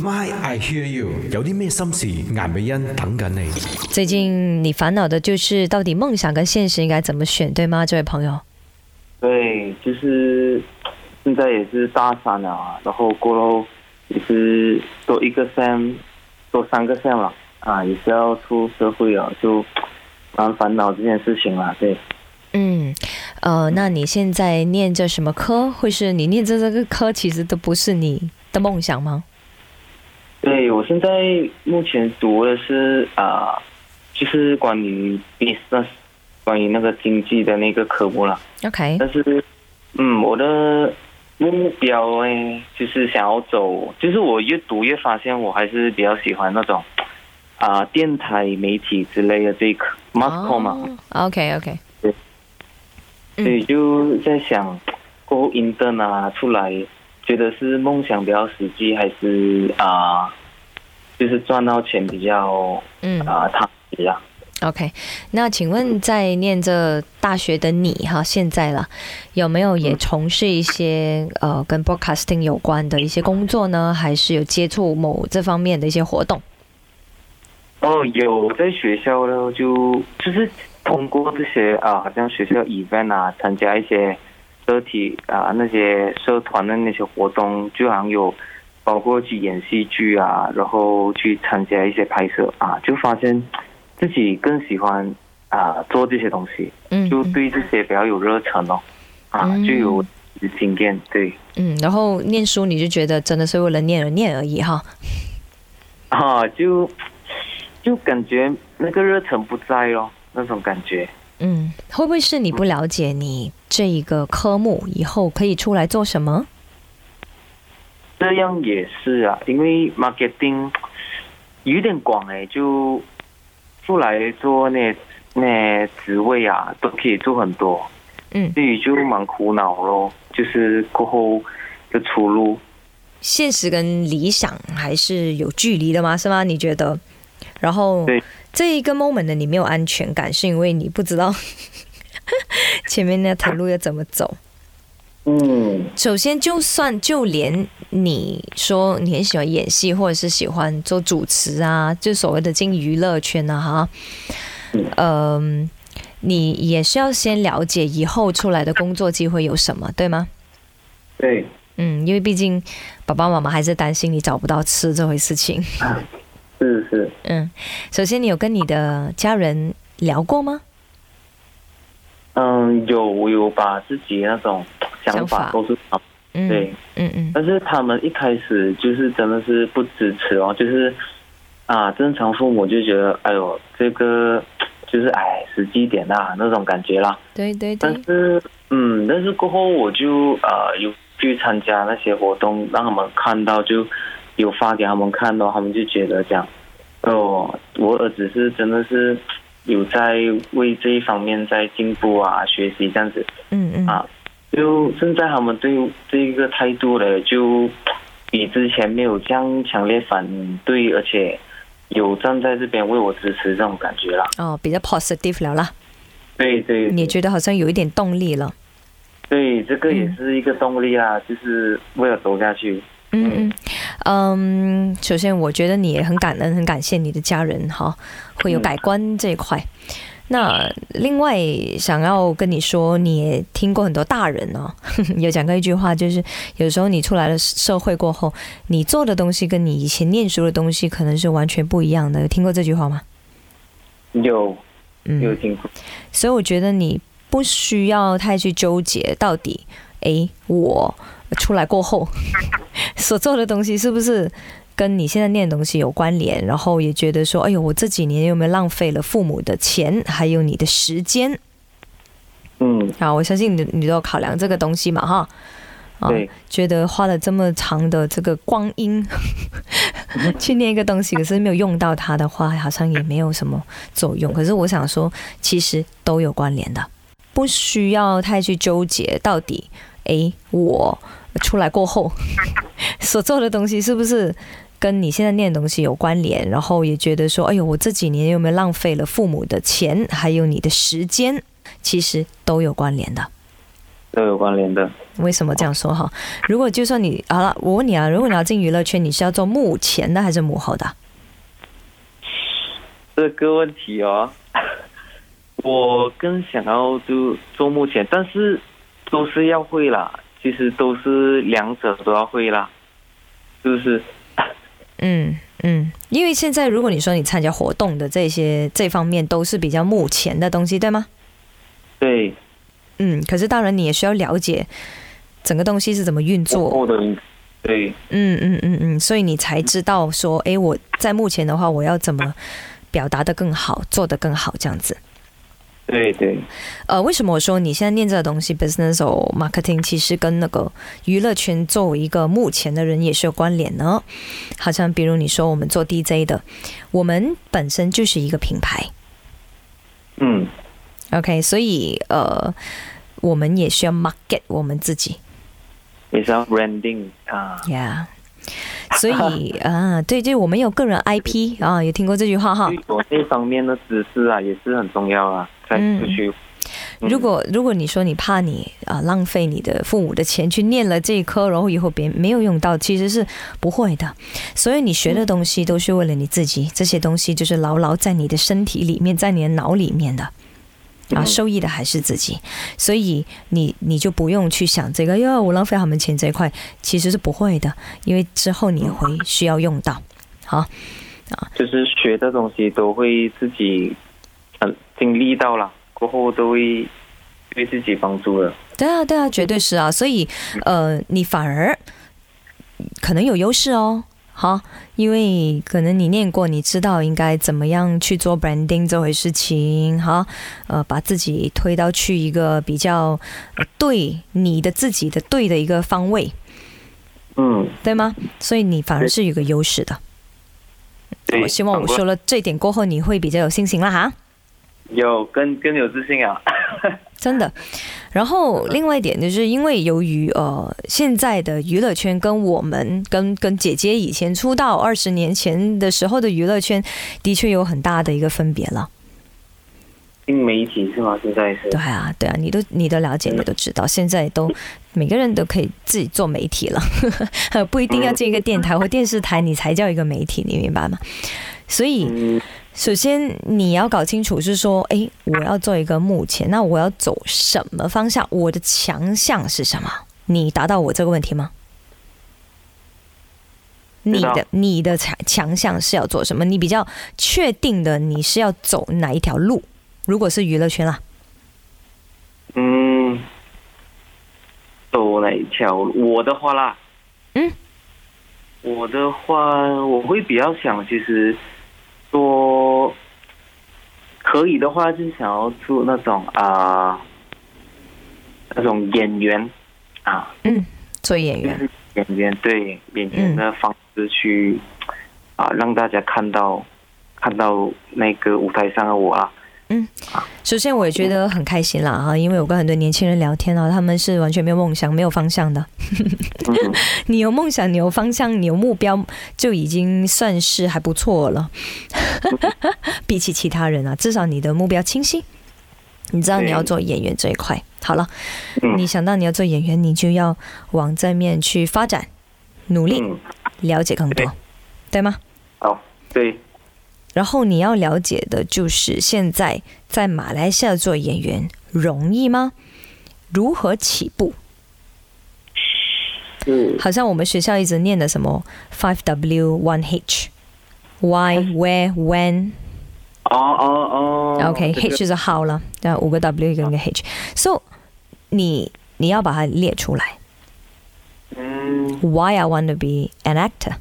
My I hear you，有啲咩心事，顏美欣等緊你。最近你烦恼的就是到底梦想跟现实应该怎么选，对吗，这位朋友？对，就是现在也是大三了啊，然后过后也是多一个 sem，多三个 sem 了啊，也是要出社会了，就蛮烦恼这件事情了。对，嗯，呃，那你现在念着什么科？会是你念着这个科，其实都不是你的梦想吗？对我现在目前读的是啊、就是关于 business，关于那个经济的那个科目了。 OK，但是，嗯，我的目标哎，就是想要走，就是我越读越发现，我还是比较喜欢那种啊、电台媒体之类的这一科 m a s c o 嘛， ，OK OK，嗯所以就在想，过后 intern 啊出来，觉得是梦想比较实际，还是啊、就是赚到钱比较嗯啊、踏实啊？ OK，那请问在念着大学的你哈，现在啦，有没有也从事一些呃跟 broadcasting 有关的一些工作呢？还是有接触某这方面的一些活动？哦，有在学校呢，就就是通过这些啊，好像学校 event 啊，参加一些社体啊那些社团的那些活动，就好像有包括去演戏剧啊，然后去参加一些拍摄啊，就发现自己更喜欢啊做这些东西，嗯，就对这些比较有热忱哦，啊嗯就有经验，对嗯，然后念书你就觉得真的是为了念而念而已哈。啊就就感觉那个热忱不在咯，那种感觉。嗯，会不会是你不了解你这一个科目以后可以出来做什么？这样也是啊，因为 marketing 有点广哎，就出来做那那职位啊，都可以做很多，嗯，所以就蛮苦恼咯。就是过后的出路，现实跟理想还是有距离的嘛，是吗？你觉得？然后对这一个 moment 呢，你没有安全感，是因为你不知道 前面那条路要怎么走。嗯，首先，就算就连你说你很喜欢演戏，或者是喜欢做主持啊，就所谓的进娱乐圈啊，哈，嗯嗯、你也是要先了解以后出来的工作机会有什么，对吗？对，嗯，因为毕竟爸爸妈妈还是担心你找不到吃这回事情。 是是，嗯，首先你有跟你的家人聊过吗？嗯，有我有把自己那种想想法法都是啊，嗯，对，嗯嗯但是他们一开始就是真的是不支持哦，就是啊，正常父母就觉得，哎呦，这个就是哎，实际一点啦、那种感觉啦。对对但对，是，嗯，但是过后我就呃有去参加那些活动，让他们看到，就有发给他们看到，他们就觉得讲，哦，我儿子是真的是有在为这一方面在进步啊，学习这样子。嗯嗯啊就现在他们对这个态度呢，就比之前没有这样强烈反对，而且有站在这边为我支持这种感觉啦。哦，比较 positive 了啦，对对，你觉得好像有一点动力了。对这个也是一个动力啊，就是为了走下去。嗯嗯，嗯，首先我觉得你也很感恩，很感谢你的家人哈，会有改观这一块。那另外想要跟你说，你也听过很多大人哦， 有讲过一句话，就是有时候你出来了社会过后，你做的东西跟你以前念书的东西可能是完全不一样的。有听过这句话吗？有有嗯，听过，所以我觉得你不需要太去纠结到底，诶，我出来过后所做的东西是不是跟你现在念的东西有关联，然后也觉得说，哎呦，我这几年有没有浪费了父母的钱，还有你的时间嗯，啊？我相信你，你都有考量这个东西嘛，哈。啊对，觉得花了这么长的这个光阴 去念一个东西，可是没有用到它的话，好像也没有什么作用。可是我想说，其实都有关联的，不需要太去纠结到底，诶，我出来过后 所做的东西是不是。跟你现在念的东西有关联，然后也觉得说，哎呦，我这几年有没有浪费了父母的钱，还有你的时间，其实都有关联的。都有关联的。为什么这样说哈？如果就算你好了，我问你啊，如果你要进娱乐圈，你是要做幕前的还是幕后的？啊这个问题哦，我更想要就做目前，但是都是要会啦，其实都是两者都要会啦，是不是？嗯嗯，因为现在如果你说你参加活动的这些这方面都是比较幕前的东西，对吗？对，嗯，可是当然你也需要了解整个东西是怎么运幕作，后的对嗯嗯嗯嗯，所以你才知道说，诶，我在幕前的话，我要怎么表达的更好，做得更好这样子。对对，呃，为什么我说你现在念这个东西 business or marketing，其实跟那个娱乐圈作为一个目前的人也是有关联呢？好像比如你说我们做 DJ 的，我们本身就是一个品牌嗯， ，OK，所以呃，我们也需要 market 我们自己也是要 branding 啊， ，Yeah。所以啊，对对，我们有个人 IP 啊，有听过这句话哈对。我这方面的知识啊也是很重要啊，在嗯出去。嗯如果如果你说你怕你啊浪费你的父母的钱去念了这一科，然后以后别没有用到，其实是不会的。所有你学的东西都是为了你自己，这些东西就是牢牢在你的身体里面，在你的脑里面的。啊，嗯受益的还是自己，所以你你就不用去想这个哟，我浪费他们钱这一块，其实是不会的，因为之后你也会需要用到。好，就是学的东西都会自己嗯经历到了，过后都会对自己帮助了。对啊，对啊，绝对是啊。所以，呃，你反而可能有优势哦。好，因为可能你念过，你知道应该怎么样去做 branding 这回事情，哈，呃，把自己推到去一个比较呃对你的自己的对的一个方位，嗯，对吗？所以你反而是有个优势的。对，我哦希望我说了这一点过后，你会比较有信心啦哈。有更更有自信啊。真的。然后另外一点就是因为由于呃现在的娱乐圈跟我们跟跟姐姐以前出道二十年前的时候的娱乐圈的确有很大的一个分别了。新媒体是吗？现在是对啊，对啊，你都你都了解，你都知道，现在都每个人都可以自己做媒体了， 不一定要进一个电台或电视台你才叫一个媒体，你明白吗？所以。嗯首先你要搞清楚是说，诶，我要做一个目前，那我要走什么方向？我的强项是什么？你达到我这个问题吗？你知道的你的强强项是要做什么？你比较确定的，你是要走哪一条路？如果是娱乐圈啦，嗯，走哪一条？我的话啦，嗯，我的话我会比较想，其实说可以的话，就是想要做那种啊、那种演员啊，做演就员，是演员对演员的方式去啊、让大家看到看到那个舞台上的我啊，首先我也觉得很开心啦啊，因为我跟很多年轻人聊天啊，他们是完全没有梦想、没有方向的，嗯，你有梦想，你有方向，你有目标，就已经算是还不错了。 比起其他人啊，至少你的目标清晰，你知道你要做演员这一块。好了，嗯你想到你要做演员，你就要往这面去发展，努力嗯，了解更多对，对吗？好，对，然后你要了解的就是现在在马来西亚做演员容易吗？如何起步？嗯。好像我们学校一直念的什么 five W one H。Why, where, when? 哦哦哦 OK, 这个 H 是 how 了，然后五个 W 一个一个 H。So 你你要把它列出来。嗯 Why I want to be an actor?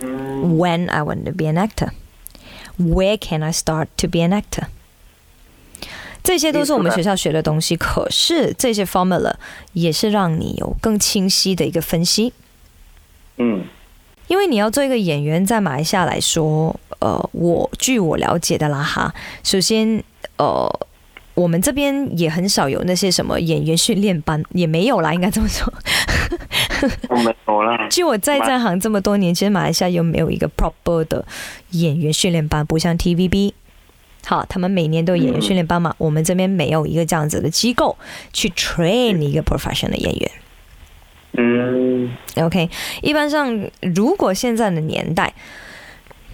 嗯 When I want to be an actor? Where can I start to be an actor? 这些都是我们学校学的东西，可是这些 formula 也是让你有更清晰的一个分析。嗯因为你要做一个演员，在马来西亚来说，呃，我据我了解的啦哈，首先，呃，我们这边也很少有那些什么演员训练班，也没有啦，应该这么说。 我没有啦。据我在马这行这么多年，其实马来西亚又没有一个 proper 的演员训练班，不像 TVB 好，他们每年都有演员训练班嘛，我们这边没有一个这样子的机构去 train 一个 professional 的演员。嗯 OK，一般上，如果现在的年代，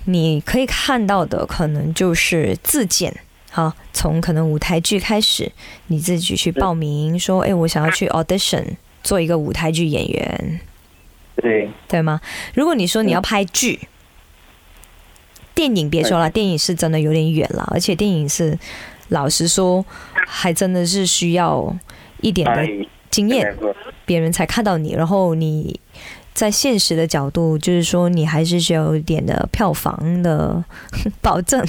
你可以看到的可能就是自荐。好，从可能舞台剧开始，你自己去报名，说，哎，我想要去 audition 做一个舞台剧演员，对，对吗？如果你说你要拍剧，电影别说了，电影是真的有点远了，而且电影是，老实说，还真的是需要一点的哎经验那。个别人才看到你，然后你在现实的角度，就是说你还是需要有一点的票房的 保证，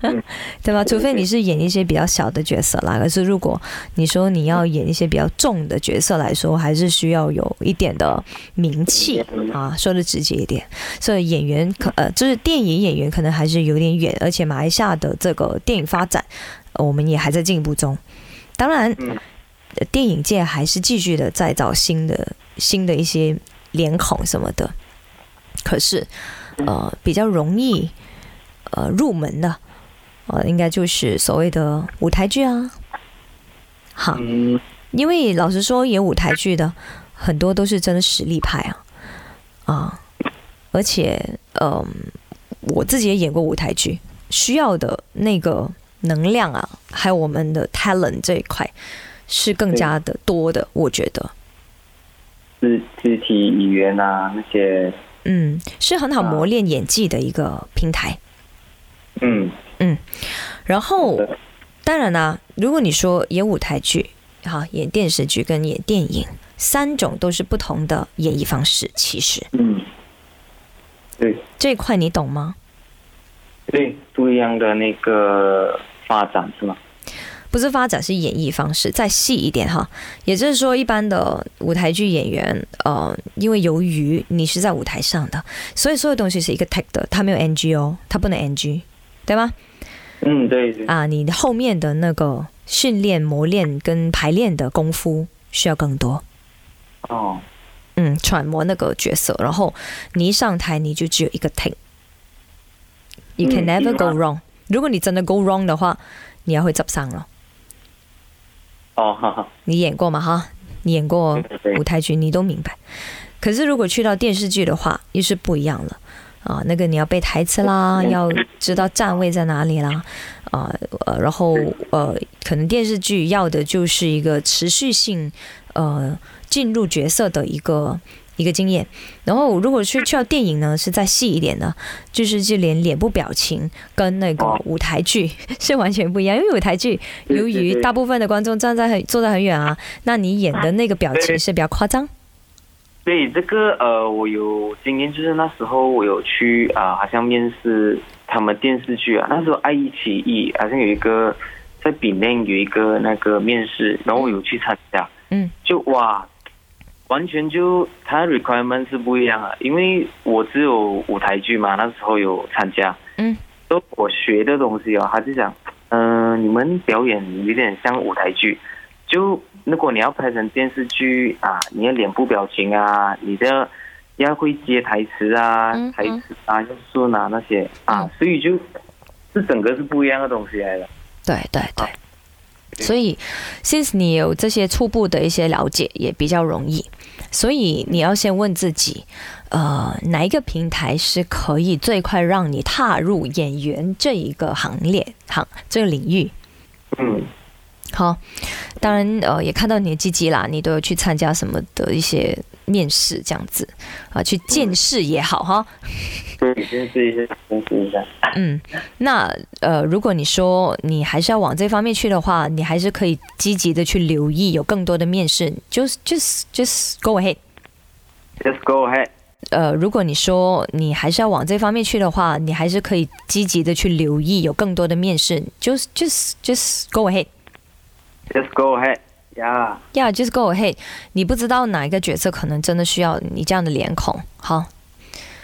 嗯对吧？除非你是演一些比较小的角色啦，可是如果你说你要演一些比较重的角色来说，还是需要有一点的名气啊，说的直接一点。所以演员可呃，就是电影演员可能还是有点远，而且马来西亚的这个电影发展，呃我们也还在进步中。当然，嗯呃电影界还是继续的在找新的新的一些脸孔什么的，可是呃比较容易呃入门的呃应该就是所谓的舞台剧啊，好，嗯因为老实说，演舞台剧的很多都是真的实力派啊，啊，而且，嗯、我自己也演过舞台剧，需要的那个能量啊，还有我们的 talent 这一块是更加的多的，我觉得，肢肢体语言啊那些，嗯，是很好啊磨练演技的一个平台。嗯然后是的，当然啦、如果你说演舞台剧，好，演电视剧跟演电影三种都是不同的演绎方式，其实嗯，对这一块你懂吗？对，不一样的那个发展是吗？不是发展，是演绎方式，再细一点哈。也就是说，一般的舞台剧演员，呃，因为由于你是在舞台上的，所以所有东西是一个 take 的，它没有 NG 哦，它不能 NG，对吗？嗯，对对，啊，你后面的那个训练、磨练跟排练的功夫需要更多。哦，嗯，揣摩那个角色，然后你一上台你就只有一个 take。You can 嗯 never 明白 go wrong。如果你真的 go wrong 的话，你要会执生了。哦，哈哈，你演过嘛哈？你演过对对舞台剧，你都明白。可是如果去到电视剧的话，又是不一样了啊、那个你要背台词啦，嗯要知道站位在哪里啦，啊呃，然后呃，可能电视剧要的就是一个持续性呃进入角色的一个。一个经验，然后如果去去到电影呢，是再细一点的，就是就连脸部表情跟那个哦舞台剧 是完全不一样，因为舞台剧对由对于对大部分的观众站在很坐在很远啊，那你演的那个表情是比较夸张，所以这个呃，我有经验，就是那时候我有去啊、好像面试他们电视剧啊，那时候爱一起啊一好像有一个在比内有一个那个面试，然后我有去参加，嗯，就哇，完全就它 requirement 是不一样啊，因为我只有舞台剧嘛，那时候有参加，嗯，都我学的东西哦，他就讲，嗯、你们表演有点像舞台剧，就如果你要拍成电视剧啊，你的脸部表情啊，你的要会接台词啊，嗯台词啊要顺啊那些啊嗯，所以就。这整个是不一样的东西来的，对对对。所以，since 你有这些初步的一些了解，也比较容易。所以你要先问自己，呃，哪一个平台是可以最快让你踏入演员这一个行列行这个领域？嗯，好，当然呃，也看到你的积极啦，你都有去参加什么的一些面试这样子啊、去见识也好哈。对，先试一下，先试一下，嗯，那呃，如果你说你还是要往这方面去的话，你还是可以积极的去留意，有更多的面试，就是 just just go ahead。 Let's go ahead。呃，如果你说你还是要往这方面去的话，你还是可以积极的去留意，有更多的面试，就是就是 just go ahead。 Let's go ahead. Yeah. Yeah, just go ahead。你不知道哪一个角色可能真的需要你这样的脸孔，好，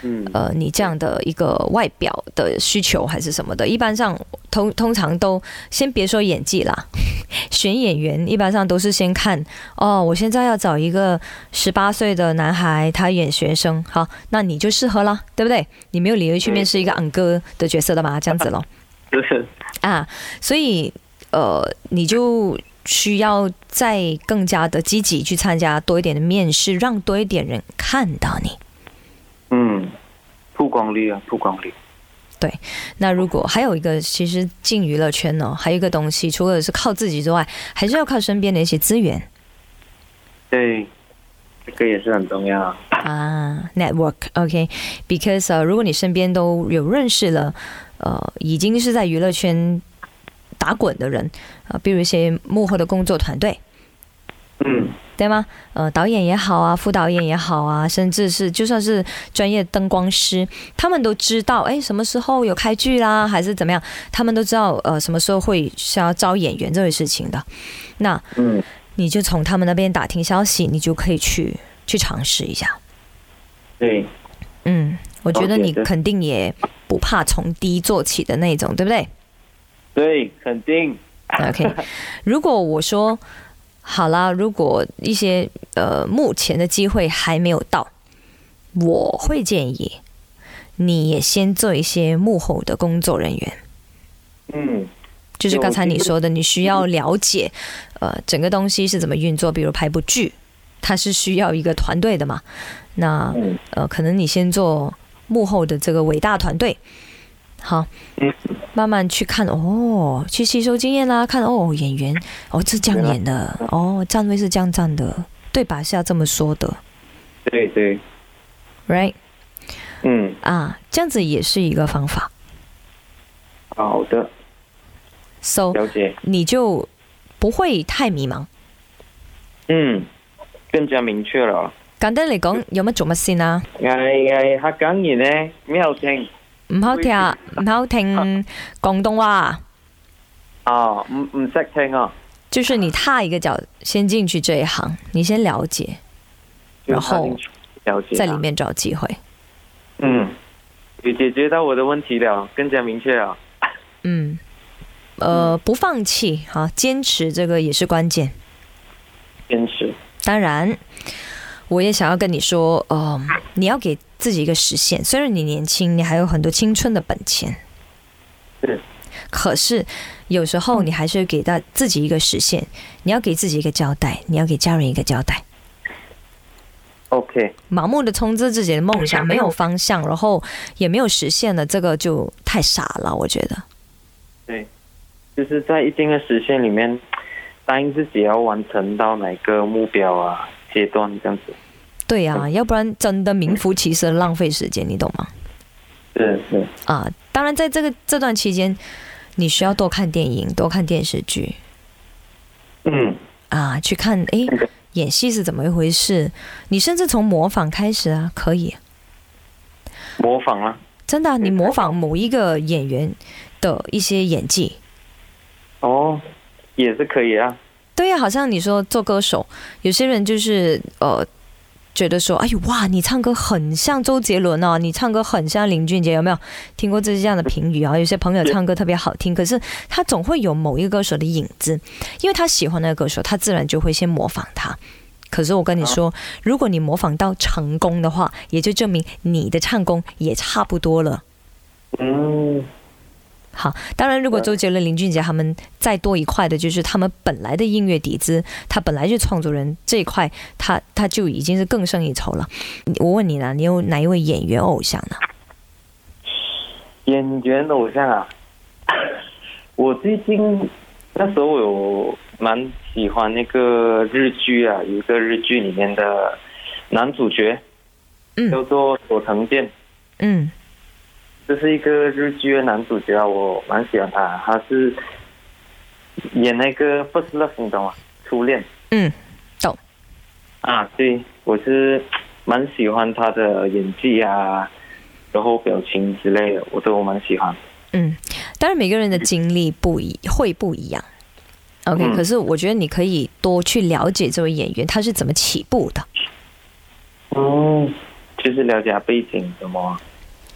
嗯呃，你这样的一个外表的需求还是什么的，一般上通通常都先别说演技啦， 选演员一般上都是先看哦，我现在要找一个十八岁的男孩，他演学生，好，那你就适合啦，对不对？你没有理由去面试一个昂哥的角色的嘛，这样子咯。就是啊，所以呃，你就需要再更加的积极去参加多一点的面试，让多一点人看到你。嗯，曝光率啊，曝光率。那如果还有一个，其实进娱乐圈呢、还有一个东西，除了是靠自己之外，还是要靠身边的一些资源对，这个也是很重要啊。啊，network。OK，because、呃，如果你身边都有认识了，呃，已经是在娱乐圈打滚的人啊、呃比如一些幕后的工作团队，嗯，对吗？呃，导演也好啊，副导演也好啊，甚至是就算是专业灯光师，他们都知道，哎，什么时候有开剧啦，还是怎么样，他们都知道，呃，什么时候会需要招演员这回事情的。那嗯，你就从他们那边打听消息，你就可以去去尝试一下。对，嗯，我觉得了解你对肯定也不怕从低做起的那种，对不 对？对，肯定。 OK，如果我说好啦，如果一些呃目前的机会还没有到，我会建议你也先做一些幕后的工作人员，嗯，就是刚才有你这个说的，你需要了解呃整个东西是怎么运作，比如拍部剧，它是需要一个团队的嘛，那嗯呃可能你先做幕后的这个伟大团队，好，嗯，慢慢去看哦，去吸收经验啦，看哦演员哦是这啊样演的，哦站位是这样站的，对吧？是要这么说的对对， ，right 嗯，啊，这样子也是一个方法。好的， So 了解。你就不会太迷茫。嗯，更加明哎確啦。簡單嚟講，有乜做乜先啊？係係客家言咧，咩好聽唔好聽，唔好聽廣東話，啊？唔唔識聽啊？就是你踏一个脚先进去這一行，你先了解，然後了解啊在里。面找機會。嗯，也解決到我的問題了，更加明確了。嗯，呃，不放棄啊，堅持這個也是關鍵。堅持。当然，我也想要跟你说，嗯、你要给自己一个实现。虽然你年轻，你还有很多青春的本钱，是可是有时候你还是给到自己一个实现。你要给自己一个交代，你要给家人一个交代。 OK，盲目的冲着自己的梦想，没有方向，然后也没有实现了，这个就太傻了，我觉得。對，就是在一定的時限裡面，答應自己要完成到哪個目標啊、階段這樣子。对呀、要不然真的名副其实的浪费时间，你懂吗？是是，啊，当然在这个这段期间，你需要多看电影，多看电视剧，嗯，啊，去看诶，嗯演戏是怎么一回事？你甚至从模仿开始啊，可以模仿啦。真的啊、你嗯模仿某一个演员的一些演技。哦，也是可以啊。对呀、好像你说做歌手，有些人就是呃，觉得说，哎呦哇，你唱歌很像周杰伦哦，你唱歌很像林俊杰，有没有听过这这样的评语啊？有些朋友唱歌特别好听，可是他总会有某一个歌手的影子，因为他喜欢那个歌手，他自然就会先模仿他。可是我跟你说，如果你模仿到成功的话，也就证明你的唱功也差不多了。嗯，好，当然，如果对周杰伦、林俊杰他们再多一块的，就是他们本来的音乐底子，他本来就创作人这一块，他他就已经是更胜一筹了。你我问你呢，你有哪一位演员偶像呢？演员偶像啊， 我最近那时候我有蛮喜欢那个日剧啊，有一个日剧里面的男主角叫嗯做佐藤健，嗯这是一个日剧的男主角啊，我蛮喜欢他，他是演那个《First Love》，你懂吗？初恋嗯，啊，对，我是蛮喜欢他的演技啊，然后表情之类的，我都蛮喜欢。嗯当然每个人的经历不一会不一样。OK，、嗯可是我觉得你可以多去了解这位演员他是怎么起步的。哦，就是了解他背景什么。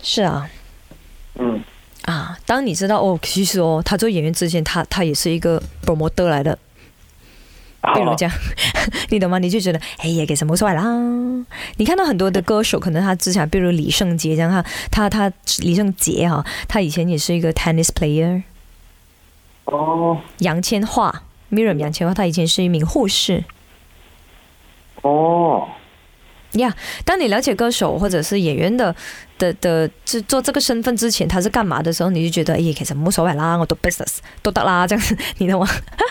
是啊嗯，啊，当你知道哦，其实哦，他做演员之前，他他也是一个 promoter 来的，比如这样， 你懂吗？你就觉得哎呀，其实无所谓啦。你看到很多的歌手，可能他之前，比如李啊圣杰这样，他他他李圣杰哈、他以前也是一个 tennis player，哦杨千嬅 m i r a m 杨千嬅，她以前是一名护士。哦，呀、当你了解歌手或者是演员的的的，就做这个身份之前他是干嘛的时候，你就觉得，哎、其实冇所谓啦，我读 business 都得啦，这样子，你懂吗？嗯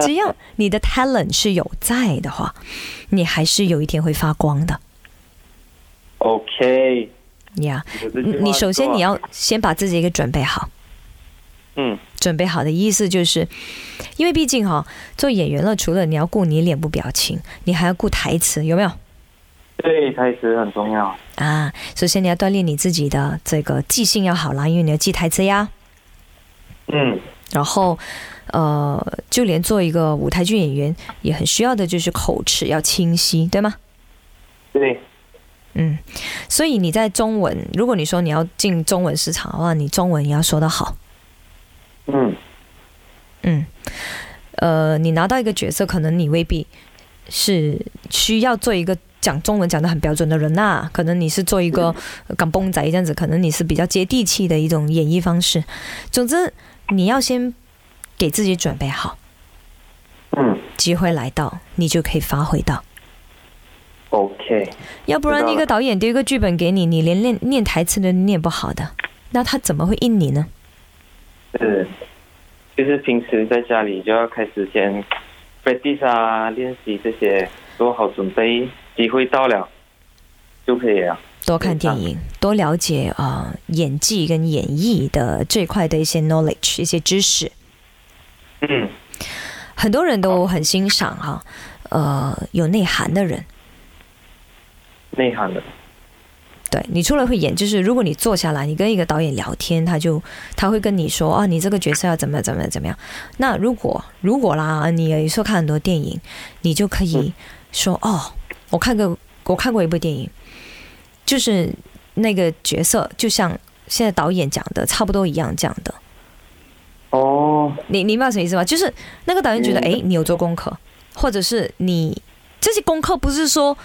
只要你的 talent 是有在的话，你还是有一天会发光的 OK，呀。有这句话你首先你嗯说啊要先把自己给准备好，嗯准备好的意思就是，因为毕竟哈、做演员了，除了你要顾你脸部表情，你还要顾台词，有没有？对台词很重要，啊，首先你要锻炼你自己的这个记性要好啦，因为你要记台词呀。嗯然后，呃，就连做一个舞台剧演员也很需要的就是口齿要清晰，对吗？对嗯，所以你在中文，如果你说你要进中文市场的话，你中文也要说得好。嗯嗯，呃，你拿到一个角色，可能你未必是需要做一个讲中文讲得很标准的人呐、可能你是做一个嗯港蹦仔这样子，可能你是比较接地气的一种演绎方式。总之，你要先给自己准备好，嗯机会来到，你就可以发挥到。 OK，要不然知道了一个导演丢一个剧本给你，你连念念台词都念不好的，那他怎么会应你呢？是，就是平时在家里就要开始先 practice 啊，练习这些，做好准备，机会到了就可以了。多看电影，多了解啊、呃演技跟演绎的这一块的一些 knowledge 一些知识，嗯很多人都很欣赏哈、呃，有内涵的人。内涵的，对你除了会演，就是如果你坐下来，你跟一个导演聊天，他就他会跟你说啊，你这个角色要怎么样怎么样怎么样。那如果如果啦，你有时候看很多电影，你就可以说哦，我看个我看过一部电影，就是那个角色就像现在导演讲的差不多一样讲的。哦，你你明白什么意思吗？就是那个导演觉得，嗯哎、你有做功课，或者是你这些功课不是说，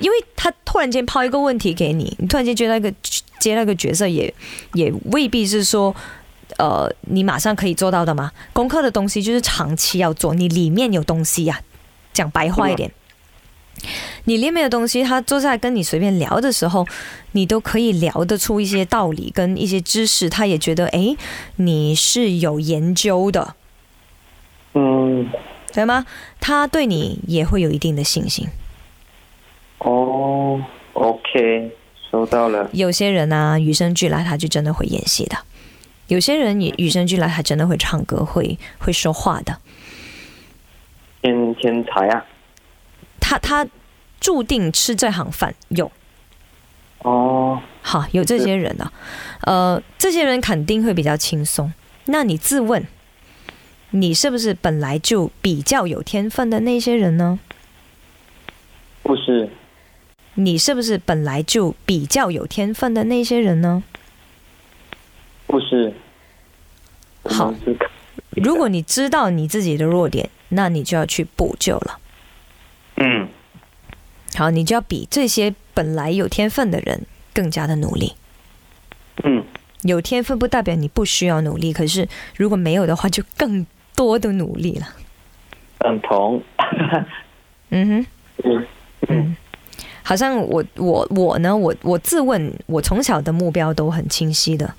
因为他突然间抛一个问题给你，你突然间接到一个接到一个角色也，也未必是说。呃，你马上可以做到的嘛？功课的东西就是长期要做，你里面有东西呀、啊讲白话一点，你里面有东西，他坐下来跟你随便聊的时候，你都可以聊得出一些道理跟一些知识，他也觉得哎，诶你是有研究的，嗯，对吗？他对你也会有一定的信心。哦，OK，收到了。有些人啊，与生俱来他就真的会演戏的；有些人也与生俱来他真的会唱歌、会会说话的。天天才啊！他他注定吃这行饭，有哦，好有这些人啊，呃，这些人肯定会比较轻松。那你自问，你是不是本来就比较有天分的那些人呢？不是，你是不是本来就比较有天分的那些人呢？不是。好我们是如果你知道你自己的弱点，那你就要去补救了。嗯，好，你就要比这些本来有天分的人更加的努力。嗯，有天分不代表你不需要努力，可是如果没有的话，就更多的努力了。等同。 嗯哼。嗯嗯，好像我我我呢，我我自问，我从小的目标都很清晰的。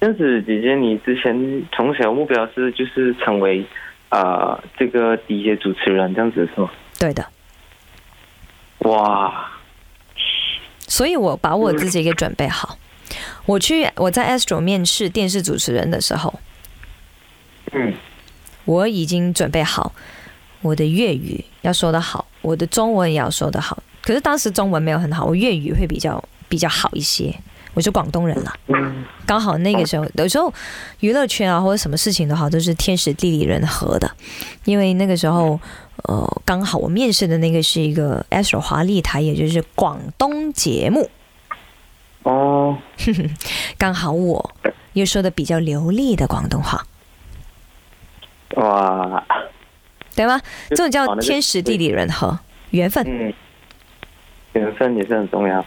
这样子，姐姐，你之前从小目标是就是成为啊、呃这个 DJ 主持人这样子是吗？对的，哇，所以我把我自己给准备好。我去我在 Astro 面试电视主持人的时候，嗯我已经准备好我的粤语要说得好，我的中文也要说得好。可是当时中文没有很好，我粤语会比较比较好一些。我是广东人啦，嗯刚好那个时候，哦有时候娱乐圈啊或者什么事情都好，都是天时地利人和的。因为那个时候，嗯呃，刚好我面试的那个是一个 Astro 华丽台，也就是广东节目，哦，刚好我又说的比较流利的广东话，哇，对吗？这种好叫啊那就天时地利人和，缘分。嗯，缘分也是很重要。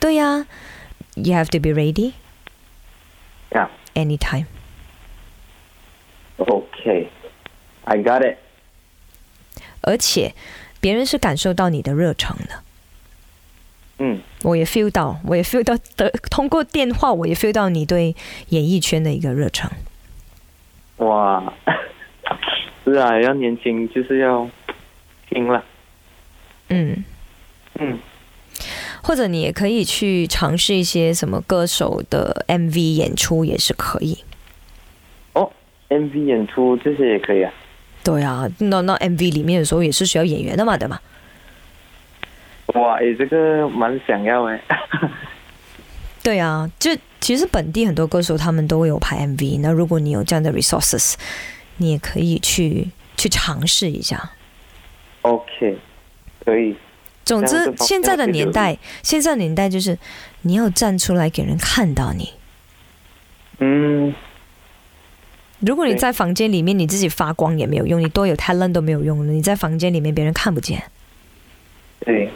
对呀、y o u have to be ready Yeah. anytime。 Okay, I got it. 而且别人是感受到你的热诚的。嗯，我也 feel 到，我也 feel 到的，通过电话我也 feel 到你对演艺圈的一个热诚。哇， 是啊，要年轻就是要拼了。嗯，嗯，或者你也可以去尝试一些什么歌手的 MV 演出也是可以。哦，MV 演出这些也可以啊。对啊，那那 MV 里面的时候也是需要演员的嘛，对吧？哇，诶，这个蛮想要诶。 对啊，就其实本地很多歌手他们都会有拍 MV，那如果你有这样的 resources，你也可以去去尝试一下。 OK，可以。总这样之更，方便现在的对年代，现在的年代就是你要站出来给人看到你。嗯，如果你对在房间里面你自己发光也没有用，你多有 talent 都没有用，你在房间里面别人看不见。对，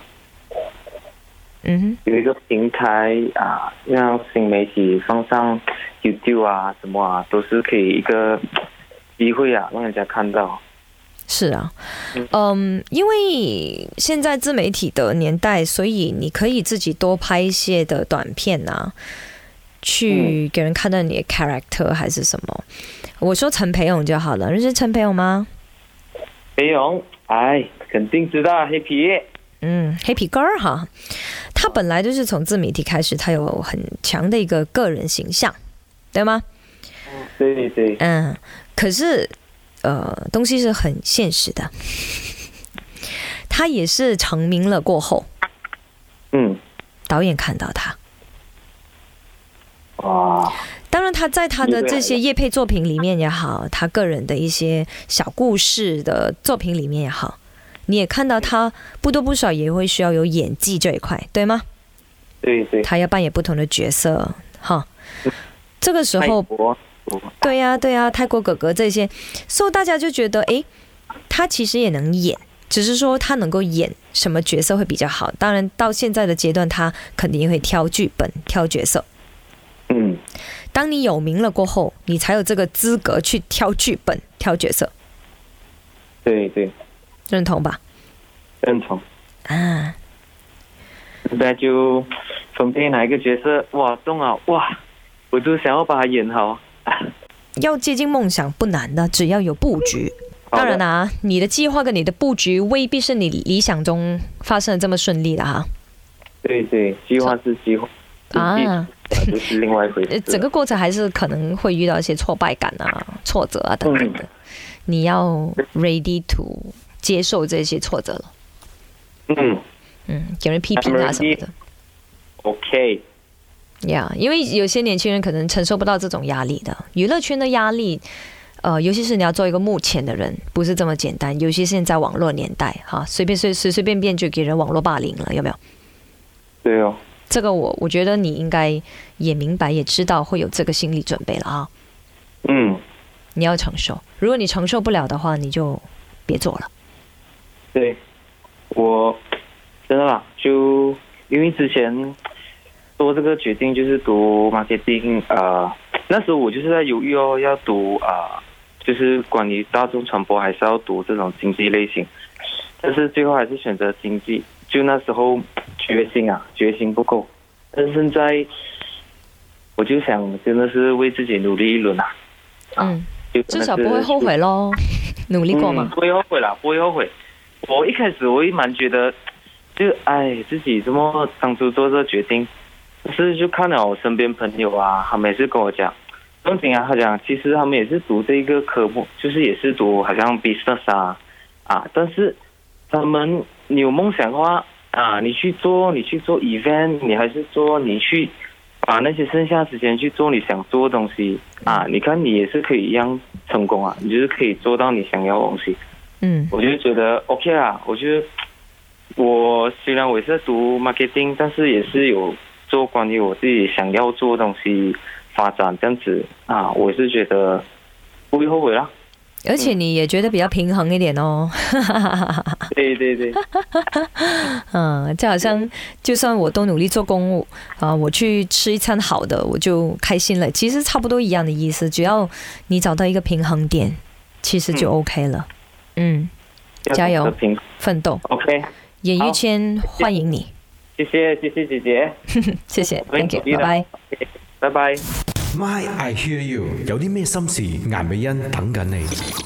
嗯哼，有一个平台啊，让新媒体放上 YouTube 啊，什么啊，都是可以一个机会啊，让人家看到。是啊嗯，嗯，因为现在自媒体的年代，所以你可以自己多拍一些的短片啊，去给人看到你的 character 还是什么。我说陈培勇就好了，认识陈培勇吗？裴勇，哎，肯定知道啊黑皮耶。嗯，黑皮哥儿哈，他本来就是从自媒体开始，他有很强的一个个人形象，对吗？对对对，嗯，可是呃，东西是很现实的。他也是成名了过后，嗯，导演看到他。哇，当然，他在他的明白这些业配作品里面也好，他个人的一些小故事的作品里面也好，你也看到他不多不少也会需要有演技这一块，对吗？对对，他要扮演不同的角色，哈。这个时泰候国，对呀、对呀、泰国哥哥这些，所以大家就觉得，诶，他其实也能演，只是说他能够演什么角色会比较好。当然，到现在的阶段，他肯定会挑剧本、挑角色。嗯，当你有名了过后，你才有这个资格去挑剧本、挑角色，对对，认同吧？认同。啊，现在就分配哪一个角色，哇，中啊，哇，我就想要把它演好。要接近梦想不难的，只要有布局。当然啦、你的计划跟你的布局未必是你理想中发生的这么顺利的哈、对对，计划是计划，啊是计划就是另外一回呃事。 整个过程还是可能会遇到一些挫败感啊、挫折啊等等的，你要 ready to 接受这些挫折了，嗯嗯，给人批评啊 I'm 什么的，OK， ，Yeah，因为有些年轻人可能承受不到这种压力的，娱乐圈的压力，呃，尤其是你要做一个幕前的人，不是这么简单，尤其现在网络年代哈，随便随随随便便就给人网络霸凌了，有没有？对哦，这个我我觉得你应该也明白，也知道会有这个心理准备了啊。嗯，你要承受。如果你承受不了的话，你就别做了。对，我真的啦，就因为之前做这个决定就是读 marketing，呃，那时候我就是在犹豫哦，要读啊、呃，就是关于大众传播还是要读这种经济类型，但是最后还是选择经济，就那时候决心啊，决心不够，但是现在我就想真的是为自己努力一轮啊，啊嗯，就至真的少是不会后悔 喽。努力过嗯嘛？不会后悔啦，不会后悔。我一开始我也蛮觉得，就哎自己怎么当初做这个决定，可是就看了我身边朋友啊，他们也是跟我讲，不用紧啊，他讲其实他们也是读这一个科目，就是也是读好像 business 啊啊，但是他们你有梦想的话啊，你去做，你去做 event，你还是做，你去把那些剩下时间去做你想做的东西嗯啊。你看你也是可以一样成功啊，你就是可以做到你想要的东西。嗯我就觉得 OK 啊，我觉得我虽然我也是在读 marketing，但是也是有做关于我自己想要做的东西发展这样子啊，我是觉得不会后悔啦。而且你也觉得比较平衡一点哦。 对对对，嗯，就好像就算我都努力做工啊、我去吃一餐好的，我就开心了。其实差不多一样的意思，只要你找到一个平衡点，其实就嗯 OK 了。嗯， 加油要懂得平衡奋斗， OK，演艺好圈欢迎你，谢谢谢谢姐姐，谢谢我会，Thank you，努力拜的拜。拜拜。 My I hear you，有啲咩心事，颜美欣等緊你。